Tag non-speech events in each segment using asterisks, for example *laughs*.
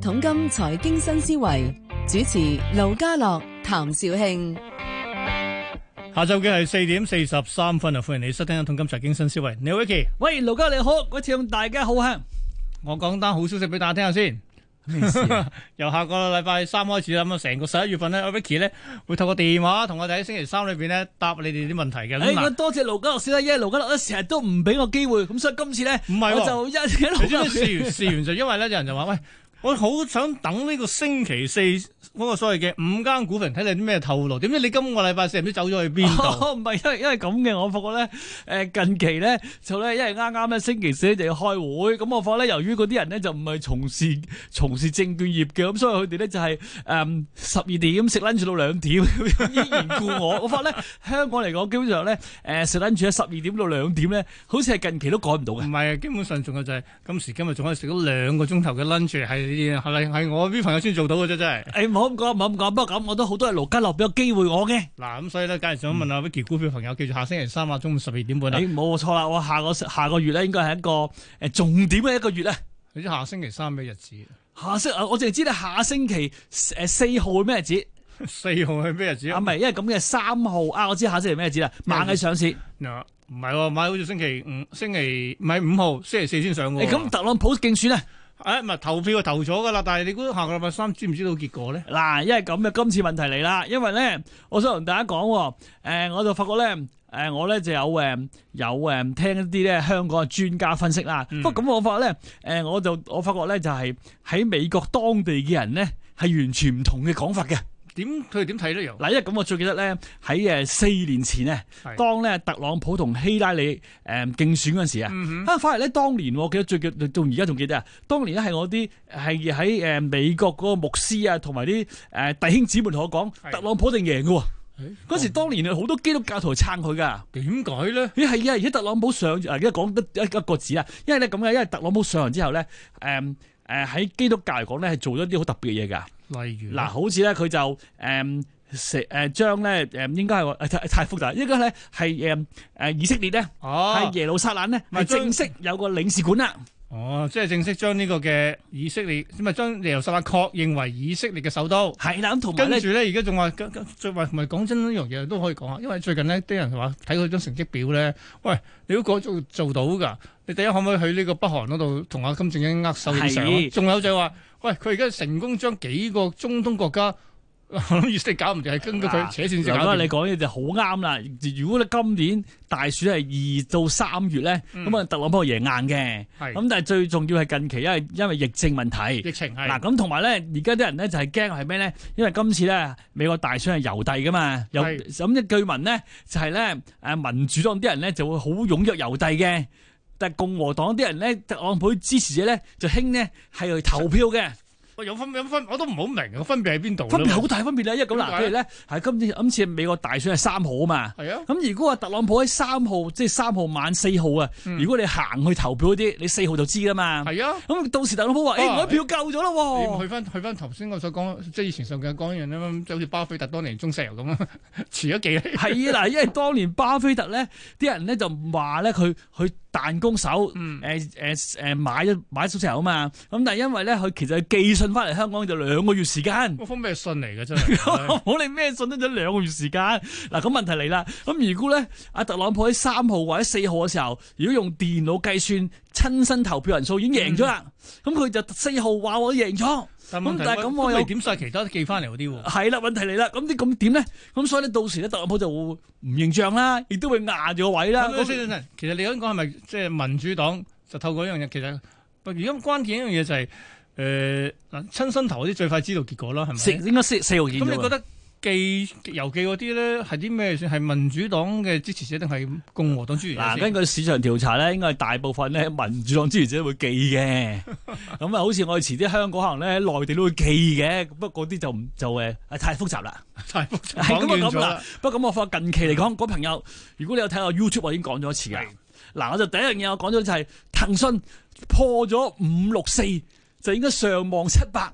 桶金財經新思維主持盧家樂、譚紹興。下晝嘅係四點四十三分啊！歡迎你收聽《一桶金財經新思維》。你好，Vicky，喂，盧家你好，我向大家好啊香。我講單好消息俾大家聽下先。啊 *laughs* 由下個禮拜三開始啦，咁啊，成個十一月份咧，Vicky 咧會透過電話同我哋喺星期三裏邊咧答你哋啲問題嘅。哎，我嗱多謝盧家樂先啦，因為盧家樂咧成日都唔俾我機會，咁所以今次咧，唔係喎我就一一你知唔路知試完 *laughs* 試完就因為咧，有人就話喂，我好想等呢個星期四嗰個所謂嘅五間股份睇你啲咩透露。點知你今個禮拜四唔知走咗去邊度？ *laughs* 哦，唔係因為因為咁嘅，我發覺咧，誒近期咧就咧，因為啱啱咧星期四就要開會，咁我發覺咧，由於嗰啲人咧就唔係從事從事證券業嘅，咁所以佢哋咧就係誒十二點食 lunch 到兩點， *laughs* 依然故我。我發覺咧，香港嚟講，基本上咧誒食 lunch 喺十二點到兩點咧，好似係近期都改唔到嘅唔。係，基本上仲有就係今時今日仲可以食咗兩個鐘頭嘅 lunch，係係係我啲朋友先做到嘅啫，真係。哎誒唔好咁講，唔好咁講。不過咁，我都好多係盧家樂俾個機會我嘅。嗱，咁所以咧，梗係想問下 Vicky 股票朋友，記住下星期三啊，中午十二點半啦。你哎冇錯啦，我下個下個月咧應該係一個誒重點嘅一個月咧。你知下星期三咩日子？下星啊我淨係知道下星期誒四號係咩日子 *laughs* 四號係咩日子啊？啊唔？係，因為咁嘅三號啊，我知下星期咩日子啦。螞蟻上市，誒嗱，唔係喎，買好似星期五、星期唔係五號、星期四先上嘅喎。哎咁特朗普競選咧啊誒唔係投票就投咗㗎啦，但係你估下個禮拜三知唔知道結果咧？嗱，因為咁嘅今次問題嚟啦，因為咧，我想同大家講喎，誒我就發覺咧。誒我咧就有誒有誒聽一啲咧香港嘅專家分析啦，嗯不過咁我發覺咧誒我就我發覺咧就係喺美國當地嘅人咧係完全唔同嘅講法嘅。點佢哋點睇咧？又嗱，因為咁我最記得咧喺誒四年前咧係，當咧特朗普同希拉里誒、競選嗰陣時啊，啊反而咧當年我記得最記到而家仲記得啊，當年咧係我啲係喺誒美國嗰個牧師啊，同埋啲誒弟兄姊妹同我講，係特朗普一定贏嘅喎。嗰嗰時時當年好多基督教徒撐佢㗎。點解咧？咦係啊！而家特朗普上啊，而家講得一一個字啦，因為咧咁嘅，因為特朗普上完之後咧，誒誒喺基督教嚟講咧係做咗啲好特別嘅嘢㗎。例如嗱，，好似咧佢就誒。食誒將咧誒應該係話誒 *laughs* 太太複雜，應該咧係誒誒以色列咧哦喺，耶路撒冷咧咪係將正式有個領事館啦，哦，即係正式將呢個嘅以色列，咁啊將耶路撒冷確認為以色列嘅首都。係啦，咁同埋跟咧住咧，而家仲話，跟跟最話同埋講真呢樣嘢都可以講啊，因為最近呢啲人話睇佢張成績表咧，喂，你都講做做到㗎，你第一可唔可以去呢個北韓嗰度同阿金正恩握手影相啊係？仲有就係話，喂，佢而家成功將幾個中東國家，我諗意思搞唔掂，係跟咗佢嗱啊扯線就梁搞哥掂你講嘢就好啱啦。如果你今年大選係二到三月咧，嗯咁啊特朗普係贏硬嘅，係咁但係最重要係近期因為因為疫症問題。疫情係嗱咁同埋咧，而家啲人咧就係驚係咩咧？因為今次咧美國大選係郵遞噶嘛，有係咁一據聞咧就係咧誒民主黨啲人咧就會好踴躍郵遞嘅，但係共和黨啲人咧特朗普支持者咧就興呢係去投票嘅，喂有分有分，我都唔好明個分別喺邊度分別啦好大分別啦。因為點咁嗱，解譬如咧係今次今次美國大選係三號啊嘛。係啊，咁如果話特朗普喺三號，即係三號晚四號啊，嗯如果你行去投票嗰啲，你四號就知噶嘛。係啊。咁到時特朗普話：，誒、啊我一票夠咗咯你喎。去翻去翻頭先我所講，即係以前上嘅講樣啦，就好似巴菲特當年中石油咁啊， *laughs* 遲咗幾年 *laughs* 係啦，因為當年巴菲特咧，啲人咧就話咧佢佢彈弓手，嗯誒誒誒買咗買咗石油啊嘛，咁但係因為咧佢其實佢寄信翻嚟香港就兩個月時間。 *laughs* 嗰封咩信嚟嘅真係，我哋咩信得咗兩個月時間？嗱，咁問題嚟啦。咁如果咧，阿特朗普喺三號或者四號嘅時候，如果用電腦計算親身投票人數已經贏咗啦，咁嗯佢、就四號話我贏咗。但咁但係咁我有啊你點晒其他都寄翻嚟嗰啲喎。係啦，問題嚟啦，咁啲咁點咧？咁所以咧，到時咧，特朗普就會唔認賬啦，亦都會壓住個位啦。咁先先其實你咁講係咪即係民主黨就透過一樣嘢？其實不過而家關鍵一樣嘢就係誒嗱，親身投嗰啲最快知道結果啦，四係咪？應該四四號見咁你覺到啊。得寄郵寄嗰啲咧係啲咩先？係民主黨嘅支持者定係共和黨支持者嗱，先？根據市場調查咧，應該係大部分咧民主黨支持者會記 *laughs* 嘅。咁啊，好似我哋遲啲香港可能咧喺內地都會記嘅，不過嗰啲就唔就誒太複雜啦。 *laughs* 太複雜係講咁啊完咁咗啦啦。。不過咁我發覺近期嚟講，嗰朋友如果你有睇我 YouTube，我已經講咗一次㗎係。嗱，我就第一樣嘢我講咗就係騰訊破咗五六四，就應該上望七百。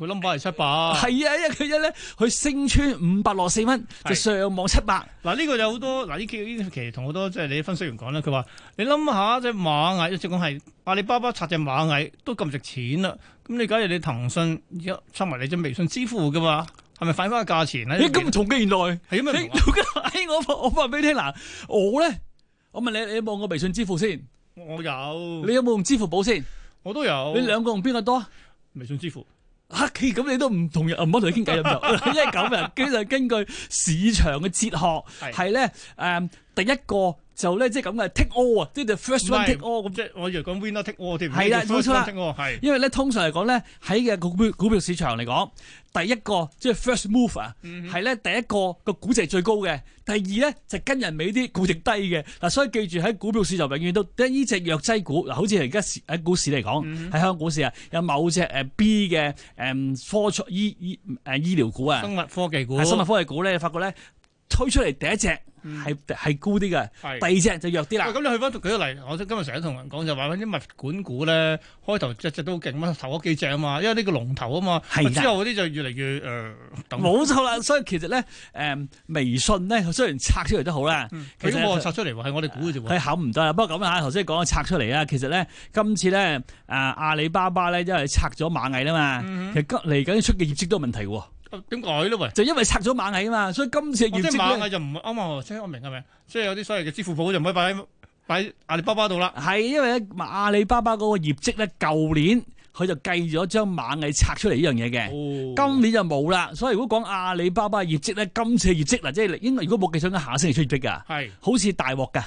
佢 number 係七百。係啊，因為佢一咧，佢升穿五百六十四蚊，係就上望七百。嗱呢個有好多嗱呢幾呢期同好多即係你啲分析員講啦，佢話你諗下只螞蟻，即係講係阿里巴巴拆只螞蟻都咁值錢啦。咁你假如你騰訊而家拆埋你只微信支付噶嘛，係咪反翻個價錢咧？咦，咁唔同嘅原來。係咁樣 *laughs* 誒老家哎我我話俾你聽嗱，我咧，我問你，你有冇用過微信支付先？我有，你有冇用支付寶先？我都有。你兩個用邊個多啊？微信支付黑企咁你都唔同人，唔好同佢傾偈 *laughs* 咁就，因為咁啊，跟就根據市場嘅哲學係係咧，誒第一個就咧即係咁嘅 take all 啊，即係 the first one 唔係 take all 咁咁即係我以為講 winner take all 添，係啦叫 first 冇錯啦 one take all，係因為咧通常嚟講咧喺嘅股票股票市場嚟講，第一個即係 first move 啊，係咧第一個個估值係最高嘅，第二咧就跟人尾啲估值低嘅嗱，所以記住喺股票市場永遠都得呢只藥劑股嗱，好似而家市喺股市嚟講，喺、香港股市啊，有某隻誒 B 嘅誒、嗯科創醫醫誒醫療股啊，生物科技股，係生物科技股咧，你發覺咧推出嚟第一隻係係高啲嘅，係第二隻就弱啲啦喂。咁你去翻舉個例，我今日成日同人講就話啲物管股咧，開頭隻隻都勁啦，頭嗰幾隻啊嘛，因為呢個龍頭啊嘛，係㗎之後嗰啲就越嚟越誒等。冇錯啦，所以其實咧，誒、微信咧，雖然拆出嚟都好啦，其佢實都冇人佢拆出嚟喎，係我哋估嘅啫喎。佢冚唔得啦。不過咁啦，頭先講拆出嚟啦，其實咧今次咧，誒、阿里巴巴咧，因為拆咗螞蟻啦嘛，其實今嚟緊出嘅業績都有問題喎，啊點改咧？喂，就因為拆咗螞蟻啊嘛，所以今次嘅我業即係績螞咧蟻就唔啱啊！即係我明係咪？即係有啲所謂嘅支付寶就唔可以擺喺擺喺阿里巴巴度啦。係因為咧阿里巴巴嗰個業績咧，舊年佢就計咗將螞蟻拆出嚟呢樣嘢嘅。哦今年就冇啦，所以如果講阿里巴巴嘅業績咧，今次嘅業績嗱，即係應該如果冇記錯，應該下星期出業績㗎，係好似大鑊㗎，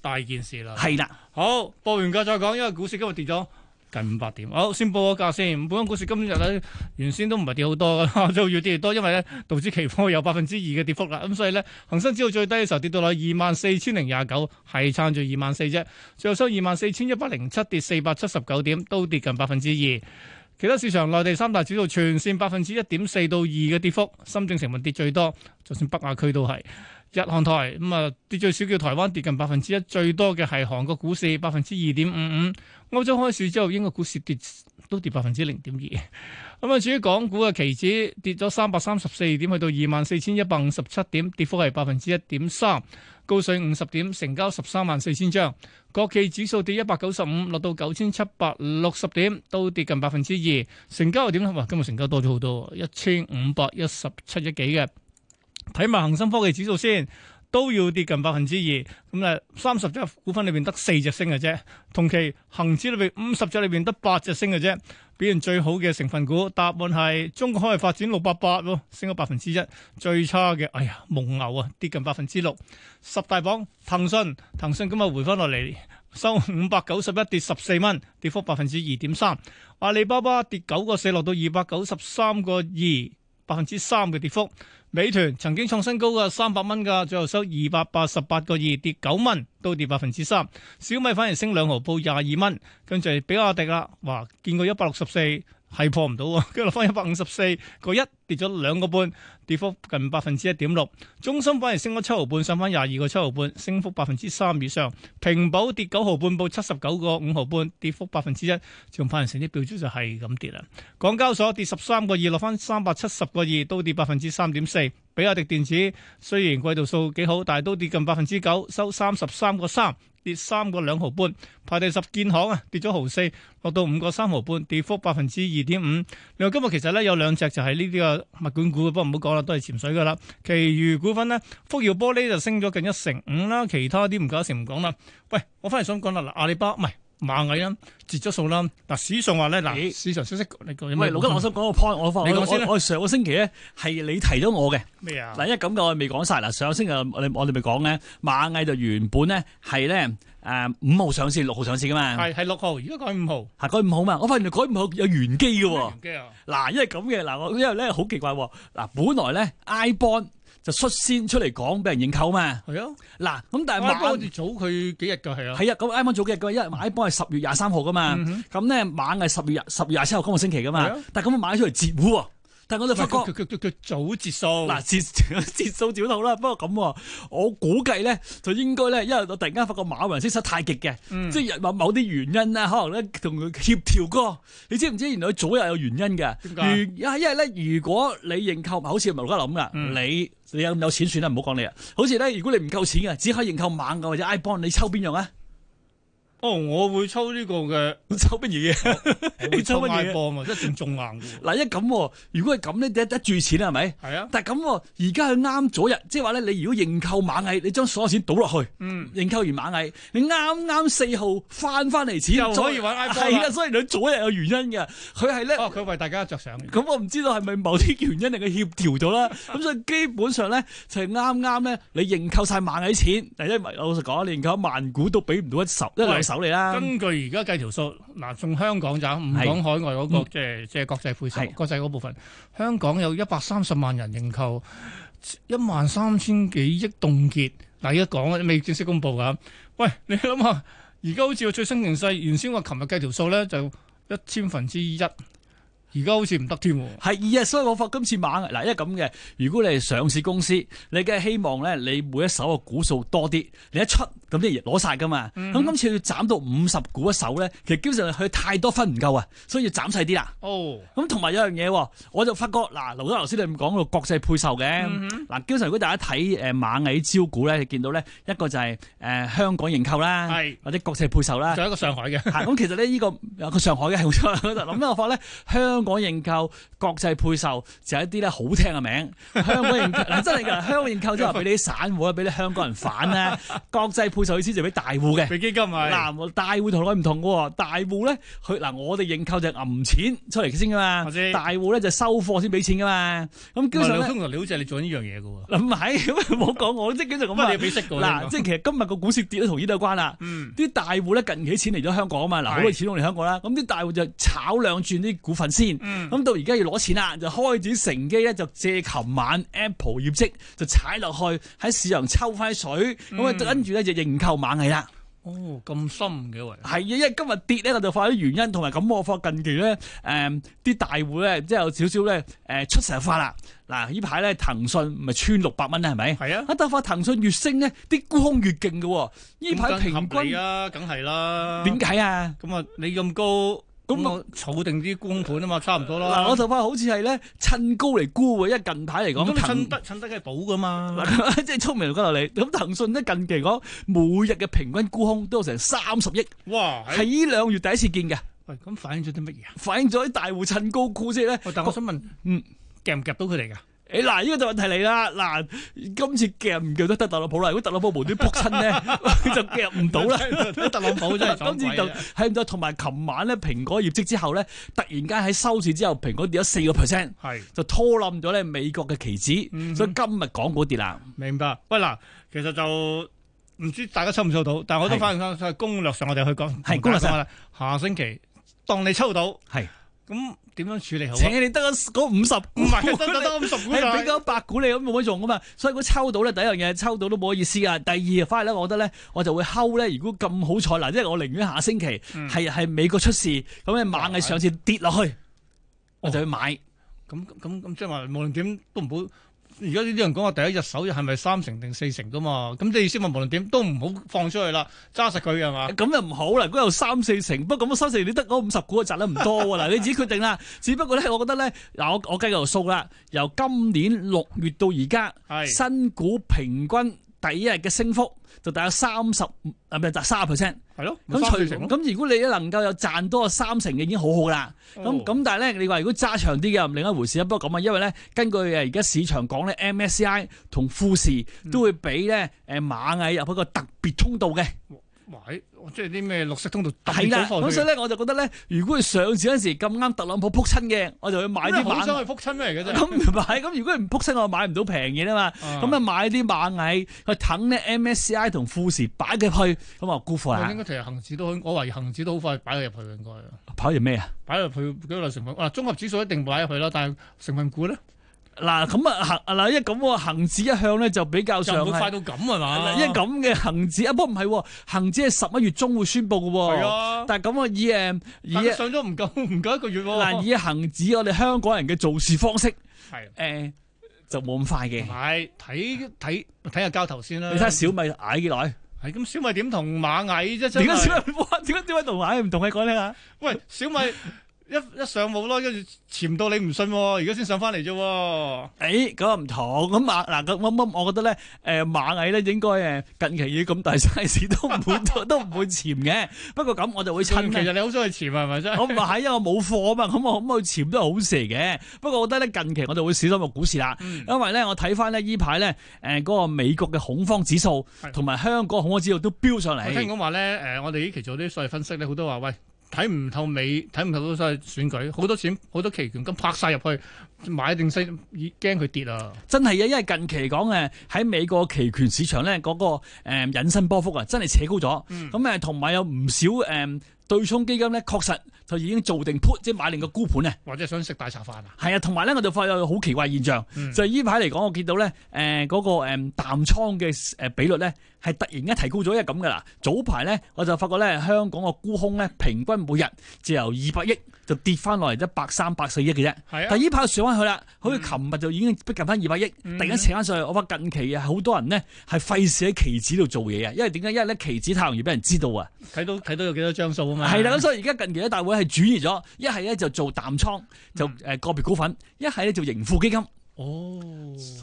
大件事啦。係啦。好，報完價再講，因為股市今日跌咗近五百點。好，先報個價先。本港股市今日咧原先都唔係跌好多噶 *laughs* 啦，都要跌越多，因為咧道指期貨有百分之二嘅跌幅啦。咁所以咧恒生指數最低嘅時候跌到落二萬四千零廿九，係撐住二萬四啫。最後收二萬四千一百零七，跌四百七十九點，都跌近百分之二。其他市場內地三大指數全線百分之一點四到二嘅跌幅，深證成分跌最多，就算北亞區都係。日韓台咁啊跌最少叫台灣跌近百分之一，最多嘅係韓國股市百分之二點五五。歐洲開市之後，英國股市跌都跌百分之零點二。咁啊，至於港股嘅期指跌咗三百三十四點，去到二萬四千一百五十七點，跌幅係百分之一點三，高水五十點，成交十三萬四千張。國企指數跌一百九十五，落到九千七百六十點，都跌近百分之二。成交又點咧？哇，今日成交多咗好多，一千五百一十七億幾嘅。睇埋恒生科技指數先，都要跌近百分之二。咁咧，三十隻股份裏邊得四隻升嘅啫，同期恒指裏邊五十隻裏邊得八隻升嘅啫。表現最好嘅成分股，答案係中國海外發展六八八喎，升咗百分之一。最差嘅，哎呀，蒙牛啊，跌近百分之六。十大榜，騰訊，騰訊今日回翻落嚟，收五百九十一，跌十四蚊，跌幅百分之二點三。阿里巴巴跌九個四，落到二百九十三個二，百分之三嘅跌幅。美團曾經創新高嘅三百蚊㗎，最後收二百八十八個二，跌九蚊，都跌百分之三。小米反而升兩毫，報廿二蚊。跟住比亞迪啦，哇，見過一百六十四係破唔到喎，跟住落翻一百五十四個一，跌咗兩個半，跌幅近百分之一點六。中芯反而升咗七毫半，上翻廿二個七毫半，升幅百分之三以上。平保跌九毫半，報七十九個五毫半，跌幅百分之一。仲反而成績表珠就係咁跌啦。港交所跌十三個二，落翻三百七十個二，都跌百分之三點四。比亞迪電子雖然季度數幾好，但係都跌近百分之九，收三十三個三，跌三個兩毫半。排第十建行啊，跌咗毫四，落到五個三毫半，跌幅百分之二點五。另外今日其實咧有兩隻就係呢啲嘅物管股，不過唔好講啦，都係潛水噶啦。其餘股份呢，福耀玻璃就升咗近一成五啦，其他啲唔夠一成唔講啦。喂，我翻嚟想講啦，嗱，阿里巴唔係螞蟻啦，截咗數啦。嗱，史上話咧，嗱，咦市場消息你講有咩喂，補充？老吉，我想講個 point，我發你我講先啦我我上個星期咧係你提咗我嘅，咩啊？嗱，因為咁嘅我未講晒嗱，上個星期我哋我哋咪講咧，螞蟻就原本咧係咧誒五號上市，六號上市噶嘛，係係六號，而家改五號。係改五號嘛，我發現原來改五號有玄機嘅喎，咩啊？嗱，因為咁嘅嗱，我因為咧好奇怪喎，嗱，本來咧 I bond 就率先出嚟講俾人認購嘛，係啊，嗱，咁但係我好螞似早佢幾日㗎，係啊。係啊，咁 I bond 早幾日嘅，因為 I bond 係十月廿三號噶嘛，咁咧螞蟻十月廿十月廿七號今個星期噶嘛係啊，但係咁買咗出嚟截胡喎。但係我就發佢覺佢。佢佢佢早截數，嗱，截截 *laughs* 數少好啦，不過咁喎，我估計咧就應該咧，因為我突然間發覺馬雲識得太極嘅，嗯即係某某啲原因咧，可能咧同佢協調過。你知唔知原來佢左右有原因嘅？點解如啊，因為咧，如果你認購，好似劉家諗噶，嗯啊你你有唔有錢算啦，唔好講你啊。好似咧，如果你唔夠錢嘅，只可以認購猛嘅或者 iBond，你抽邊 *laughs* 樣啊？哦，我會抽呢個嘅，抽乜嘢啊？我會抽抽乜嘢 I 波嘛，一定中硬嘅喎。嗱，一咁喎，如果係咁咧，你一一注錢啦，係咪？係啊，但係咁喎，而家佢啱咗人，即係話咧，你如果認購螞蟻，你將所有錢倒落去。嗯，認購完螞蟻，你啱啱四號翻翻嚟錢，又可以玩 iPhone 係啦啦，所以佢左右有原因嘅，佢係咧。哦，佢為大家着想嘅。咁我唔知道係咪某啲原因令佢協調咗 *laughs* 啦，咁所以基本上咧就係啱啱咧，你認購晒螞蟻錢，但因為老實講，你認購一萬股都俾唔到一手一兩手你啦，根據而家計條數，嗱，從香港咋，唔係講海外嗰、個嗯即係即係國際配售、係國際嗰部分，香港有一百三十萬人認購，一萬三千幾億凍結。嗱，而家講未正式公佈㗎。喂，你諗下，而家好似個最新形勢，原先我琴日計條數咧就一千分之一，而家好似唔得添喎。係二啊，所以我發今次猛嗱，因為咁嘅，如果你係上市公司，你梗係希望咧，你每一手嘅股數多啲，你一出咁啲人攞晒噶嘛。咁、今次要斬到五十股一手咧，其實基本上佢太多分唔夠啊，所以要斬細啲啦。哦，咁同埋有樣嘢喎，我就發覺嗱，劉德頭先你咁講到國際配售嘅，嗱、基本上如果大家睇誒螞蟻招股咧，你見到咧一個就係、誒香港認購啦係，或者國際配售啦仲。有一個上海 *laughs* 嘅，嚇咁其實咧，呢個有個上海嘅係好錯嗰度諗咧，我發咧香港認購、國際配售就係一啲咧好聽 *laughs* 嘅名。香港認購嗱真係㗎，香港認購即係話俾你啲散戶啊啦，俾啲香港人反 *laughs* 啦。國際配售意思就俾大戶嘅。被基金係。嗱，大戶同我唔同嘅喎，大戶咧佢嗱我哋認購就揞錢出嚟先㗎嘛我知，大戶咧就收貨先俾錢㗎嘛。咁基唔本係上你咧，通常你好似係你做緊呢樣嘢嘅喎，嗱唔係咁冇講我，即係基本上不咁過啊你要。俾息嘅喎。嗱，應即該係其實今日個股市跌都同呢度有關啦。嗯，啲大户咧近期啲錢嚟咗香港啊嘛，嗱係好多錢都嚟香港啦，咁啲大户就炒兩轉啲股份先，咁、嗯到而家要攞錢啦，就開始乘機咧就借琴晚 Apple 業績就踩落去喺市場抽翻水，咁嗯啊、跟住咧就認購螞蟻啦。哦咁深嘅喂。係啊，因為今日跌咧，我就發啲原因，同埋咁我發近期咧，誒、啲大戶咧，即係有少少咧，誒、出神入化啦。嗱，呢排咧騰訊咪穿六百蚊啦，係咪？係啊啊，但係發騰訊越升咧，啲沽空越勁嘅喎。呢排平咁梗合理均啊，梗係啦。點解啊？咁啊，你咁高，咁咁我儲定啲公盤啊嘛，差唔多啦。嗱，我就發好似係咧趁高嚟沽喎，因為近排嚟咁講你趁騰。得趁得嘅補噶嘛。嗱， *laughs* 即係聰明到嗰度你，咁騰訊咧近期講每日嘅平均沽空都有成三十億，哇，係呢兩個月第一次見嘅，喂，咁反映咗啲乜嘢啊？反映咗啲大戶趁高沽即係咧。喂但我想問，嗯，夾唔夾到佢哋㗎？誒嗱，呢個就問題嚟啦。嗱，今次夾唔夾得特朗普啦？如果特朗普無端撲親咧， *laughs* 就夾唔到啦。 *laughs* 特朗普真係嗱撞今鬼次就啊。係唔到，同埋琴晚咧，蘋果業績之後咧，突然間喺收市之後，蘋果跌咗四個 percent，係就拖冧咗咧美國嘅期指，嗯哼所以今日港股跌啦。明白。喂嗱，其實就唔知大家抽唔抽到，但係我都係翻翻翻攻略上，我哋去講。係攻略上同大家講啦，下星期當你抽到，係，咁點樣處理好啊？請你得嗰五十股，啊唔係得得得五十股你俾就咗一百股你咁冇乜用噶嘛。所以如果抽到咧，第一樣嘢抽到都冇乜意思啊。第二翻嚟咧，我覺得咧，我就會睺咧。如果咁好彩嗱，即係我寧願下星期嗯係係美國出事，咁咧螞蟻上次跌落去，哦我就去買。咁咁咁即係話，無論點都唔好。而家呢啲人講話第一日首日係咪三成定四成噶嘛？咁你意思咪無論點都唔好放出去啦，揸實佢係嘛？咁又唔好啦，如果有三四成，不過咁三四成你得嗰五十股，啊賺得唔 *laughs* 多喎。嗱，你自己決定啦。只不過咧，我覺得咧，嗱，我我計個數啦，由今年六月到而家，係新股平均第一日嘅升幅就大約三十，啊唔係，三十 percent。係咯，咪咁三除四成咯。咁，如果你能夠有賺多三成嘅已經好好啦。哦咁咁、但係咧，你話如果揸長啲嘅又另一回事啦。不過咁啊，因為咧，根據誒而家市場講咧，MSCI 同富時都會俾咧誒螞蟻入一個特別通道嘅。哇咦即係啲咩綠色通道特別係啦，早放咁出所以去咧，我就覺得咧，如果佢上市嗰陣時咁啱特朗普撲親嘅，我就去買啲啊好螞想蟻。去復親咩嚟嘅啫？咁唔係，咁如果佢唔撲親，我買唔到平嘢啊嘛。啊咁啊買啲螞蟻，佢等咧 MSCI 同富時擺佢去，咁啊沽貨我啦應。該其實恒指都好，我懷疑恒指都好快擺咗入去嘅應該，跑完咩啊？擺入去幾類成分。啊，綜合指數一定擺入去啦，但係成分股咧，嗱咁啊行嗱，因為咁喎恒指一向咧就比較就上唔會快係，到咁係嘛？因為咁嘅恒指啊，不過唔係喎，恒指係十一月中會宣佈嘅係喎，啊，但係咁啊以誒以但係上咗唔夠 *laughs* 唔夠一個月嗱喎，以恒指我哋香港人嘅做事方式係誒就冇咁快嘅同，埋睇睇睇下交投先啦。你睇下小米捱幾耐？係咁，小米點同螞蟻啫？真點係解小米哇？點解點解同埋唔同你講聽下？喂，小米一一上冇耐，跟住潛到你唔信喎，而家先上翻嚟啫喎。誒咁啊唔同咁馬嗱咁咁咁，我覺得咧誒、螞蟻咧應該誒近期要咁大 size 都 *laughs* 唔會都都唔會潛嘅。不過咁我就會趁趁啊其咧。實你好想去 *laughs* 潛係咪真係？我唔係因為我冇貨啊嘛，咁我可唔可以潛都係好事嚟嘅。不過我覺得咧近期我就會小心個股市啦，嗯因為咧我睇翻咧呢排咧誒嗰個美國嘅恐慌指數係同埋香港恐慌指數都飆上我聽嚟。講話咧，誒、我哋呢期做啲所謂分析咧，好多話喂，睇唔透美，睇唔透到所謂選舉，好多錢好多期權咁拍晒入去買定先，已驚佢跌啊！真係嘅，因為近期嚟講誒喺美國期權市場咧嗰、個、呃、引申波幅啊，真係扯高咗。咁誒同埋有唔少誒、呃、對沖基金咧，確實就已經做定 put，即係買定個沽盤啊。或者想食大茶飯啊！係啊，同埋咧我就發現有好奇怪現象，嗯就係呢排嚟講，我見到咧誒嗰個誒淡倉嘅誒比率咧係突然間提高咗，因為咁噶啦。早排咧我就發覺咧香港個沽空咧平均每日就由二百億就跌翻落嚟一百三百四億嘅啫。係但啊，係呢排上翻去啦，好似琴日就已經逼近翻二百億，嗯突然間扯翻上去。我話近期啊，好多人咧係費事喺期指度做嘢啊，因為點解？因為咧期指太容易俾人知道啊。睇到睇到有幾多張數啊嘛！係啦，咁所以而家近期咧大會係轉移咗，一係咧就做淡倉，就誒個別股份；一係咧就盈富基金，哦，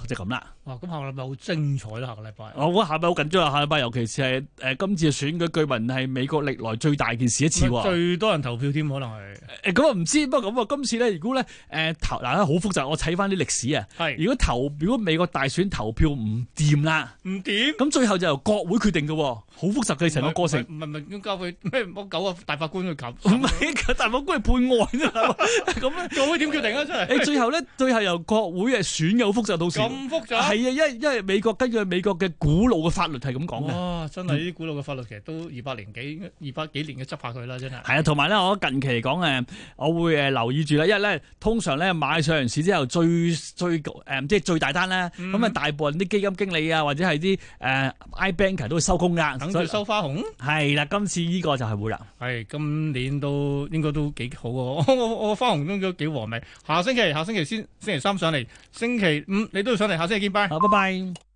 就咁啦。哇！咁下個禮拜好精彩啦，下個禮拜。我覺得下禮拜好緊張啊！下禮拜尤其是係誒今次嘅選舉，據聞係美國歷來最大件事一次喎。啊啊最多人投票添，可能係誒咁啊唔知，不過咁啊，今次咧如果咧誒投嗱好複雜，我睇翻啲歷史啊。係如果投如果美國大選投票唔掂啦。唔掂。咁最後就由國會決定嘅喎，好複雜嘅成個過程。唔係唔係唔係，要交佢 *laughs* 咩乜狗啊大法官去搞，唔 *laughs* 係，啊大法官係啊判案啫，咁咧，國會點決定啊？真係誒最後咧，最後由國會誒選嘅好複雜，到時係咁複啊，雜。因為因為美國根據美國嘅古老嘅法律係咁講嘅。哇！真係呢啲古老嘅法律其實都二百年幾、二百幾年嘅執下佢啦，真係。係啊，同埋咧，我近期嚟講誒，我會誒留意住啦，因為咧通常咧買上完市之後最最誒、即係最大單咧，咁啊、大部分啲基金經理啊或者係啲誒 i banker 都會收工噶，等所佢以收花紅，係啦，今次呢個就係會啦。係今年都應該都幾好喎。 *laughs* 我我我花紅都應該幾和味。下星期下星期先星期三上嚟，星期五你都要上嚟，下星期見，拜。好，拜拜。